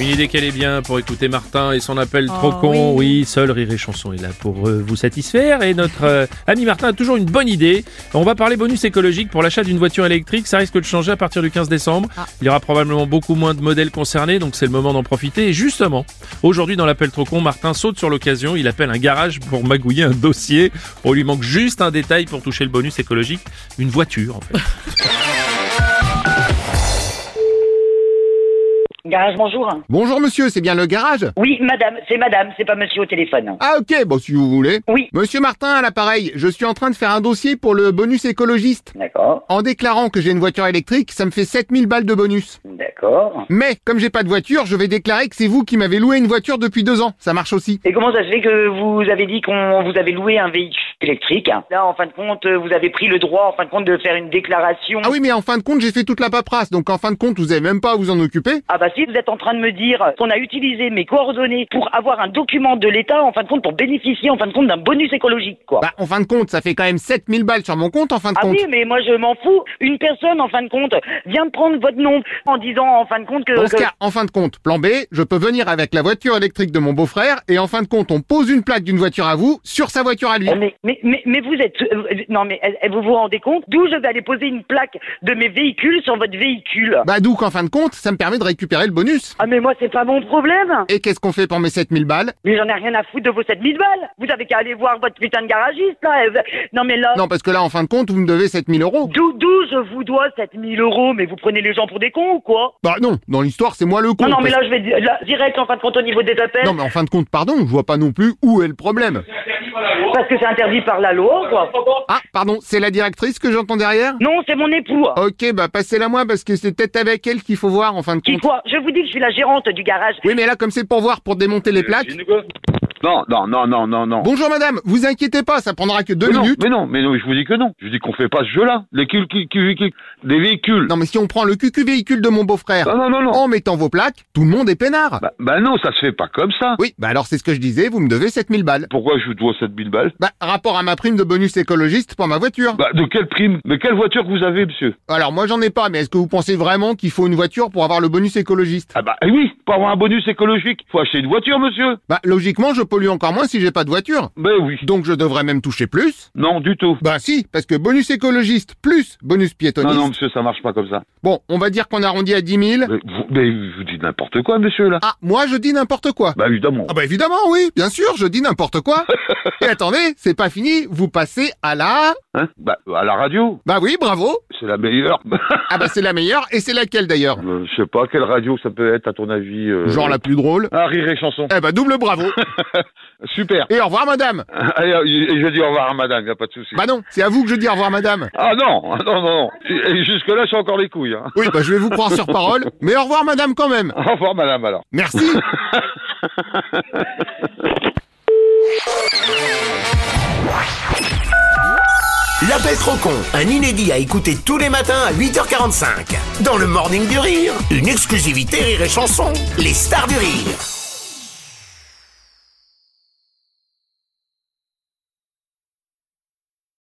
Une idée qu'elle est bien pour écouter Martin et son appel trop con. Oui. seul Rire et Chanson est là pour euh, vous satisfaire. Et notre euh, ami Martin a toujours une bonne idée. On va parler bonus écologique pour l'achat d'une voiture électrique. Ça risque de changer à partir du 15 décembre. Il y aura probablement beaucoup moins de modèles concernés, donc c'est le moment d'en profiter. Et justement, aujourd'hui dans l'appel trop con, Martin saute sur l'occasion. Il appelle un garage pour magouiller un dossier. On lui manque juste un détail pour toucher le bonus écologique. Une voiture, en fait. Garage, bonjour. Bonjour monsieur, c'est bien le garage Oui, madame, c'est madame, c'est pas monsieur au téléphone. Ah ok, bon si vous voulez. Oui. Monsieur Martin à l'appareil, je suis en train de faire un dossier pour le bonus écologiste. D'accord, En déclarant que j'ai une voiture électrique, ça me fait 7000 balles de bonus. d'accord. Mais comme j'ai pas de voiture, je vais déclarer que c'est vous qui m'avez loué une voiture depuis deux ans. Ça marche aussi. Et comment ça se fait que vous avez dit qu'on vous avait loué un véhicule électrique Là, en fin de compte, vous avez pris le droit, en fin de compte, de faire une déclaration. Ah oui, mais en fin de compte, j'ai fait toute la paperasse, donc en fin de compte, vous avez même pas à vous en occuper. Ah bah si, vous êtes en train de me dire qu'on a utilisé mes coordonnées pour avoir un document de l'État, en fin de compte, pour bénéficier, en fin de compte, d'un bonus écologique, quoi. Bah, en fin de compte, ça fait quand même 7000 balles sur mon compte, en fin de ah compte. oui, mais moi je m'en fous. Une personne, en fin de compte, vient de prendre votre nom en disant, en fin de compte, que... Dans ce que- cas, en fin de compte, plan B, je peux venir avec la voiture électrique de mon beau-frère, et en fin de compte, on pose une plaque d'une voiture à vous sur sa voiture à lui. Euh, Mais, mais, mais, mais vous êtes. euh, euh, non, mais euh, vous vous rendez compte D'où je vais aller poser une plaque de mes véhicules sur votre véhicule Bah donc, en fin de compte, ça me permet de récupérer le bonus. Ah, mais moi, c'est pas mon problème Et qu'est-ce qu'on fait pour mes 7000 balles Mais j'en ai rien à foutre de vos 7000 balles Vous avez qu'à aller voir votre putain de garagiste, là et vous- Non, mais là. Non, parce que là, en fin de compte, vous me devez 7000 euros. D'où, d'où je vous dois 7000 euros Mais vous prenez les gens pour des cons ou quoi Bah non, dans l'histoire, c'est moi le con. Non, non, mais parce- là, je vais di- là, direct, en fin de compte, au niveau des appels. Non, mais en fin de compte, pardon, je vois pas non plus où est le problème. Parce que c'est interdit par la loi, quoi. Ah, pardon, c'est la directrice que j'entends derrière Non, c'est mon époux. Ok, bah passez-la moi, parce que c'est peut-être avec elle qu'il faut voir, en fin de Qui, compte. quoi Je vous dis que je suis la gérante du garage. Oui, mais là, comme c'est pour voir, pour démonter les plaques... Non, non, non, non, non, non. Bonjour madame, vous inquiétez pas, ça prendra que deux mais non, minutes. mais non, mais non, je vous dis que non. Je dis qu'on fait pas ce jeu-là. Les cul- cul- cul- cul- des véhicules. Non Oh. mais si on prend le cucu véhicule de mon beau-frère Non, non, non, non. en mettant vos plaques, tout le monde est peinard. Bah, bah non, ça se fait pas comme ça. Oui, bah alors c'est ce que je disais, vous me devez 7000 balles. Pourquoi je vous dois 7000 balles Bah rapport à ma prime de bonus écologiste pour ma voiture. Bah, de quelle prime Mais quelle voiture que vous avez, monsieur Alors moi j'en ai pas, mais est-ce que vous pensez vraiment qu'il faut une voiture pour avoir le bonus écologiste Ah bah eh oui, pour avoir un bonus écologique, faut acheter une voiture, monsieur. Bah logiquement je pollue encore moins si j'ai pas de voiture. Bah oui. Donc je devrais même toucher plus. Non, du tout. Bah si, parce que bonus écologiste plus bonus Non, piétoniste. non, monsieur, ça marche pas comme ça. Bon, on va dire qu'on arrondit à 10 000. Mais vous, mais vous dites n'importe quoi, monsieur, là. Ah, moi je dis n'importe quoi. Bah évidemment. Ah bah évidemment, oui, bien sûr, je dis n'importe quoi. Et attendez, c'est pas fini, vous passez à la... Hein bah, à la radio, Bah oui, bravo. c'est la meilleure. Ah bah c'est la meilleure, et c'est laquelle d'ailleurs Euh, je sais pas, quelle radio ça peut être, à ton avis euh... Genre la plus drôle. Ah, rire et chanson. Eh bah double bravo. Super. Et au revoir madame. Allez, euh, et je dis au revoir à madame, y a pas de souci. Bah non, c'est à vous que je dis au revoir madame. Ah non, ah non, non, non. Et Jusque-là, j'ai encore les couilles. Hein. Oui, bah je vais vous croire sur parole, mais au revoir madame quand même. Au revoir, madame, alors. Merci. L'appel trop con, un inédit à écouter tous les matins à 8h45. Dans le Morning du Rire, une exclusivité Rire et Chanson, les stars du rire.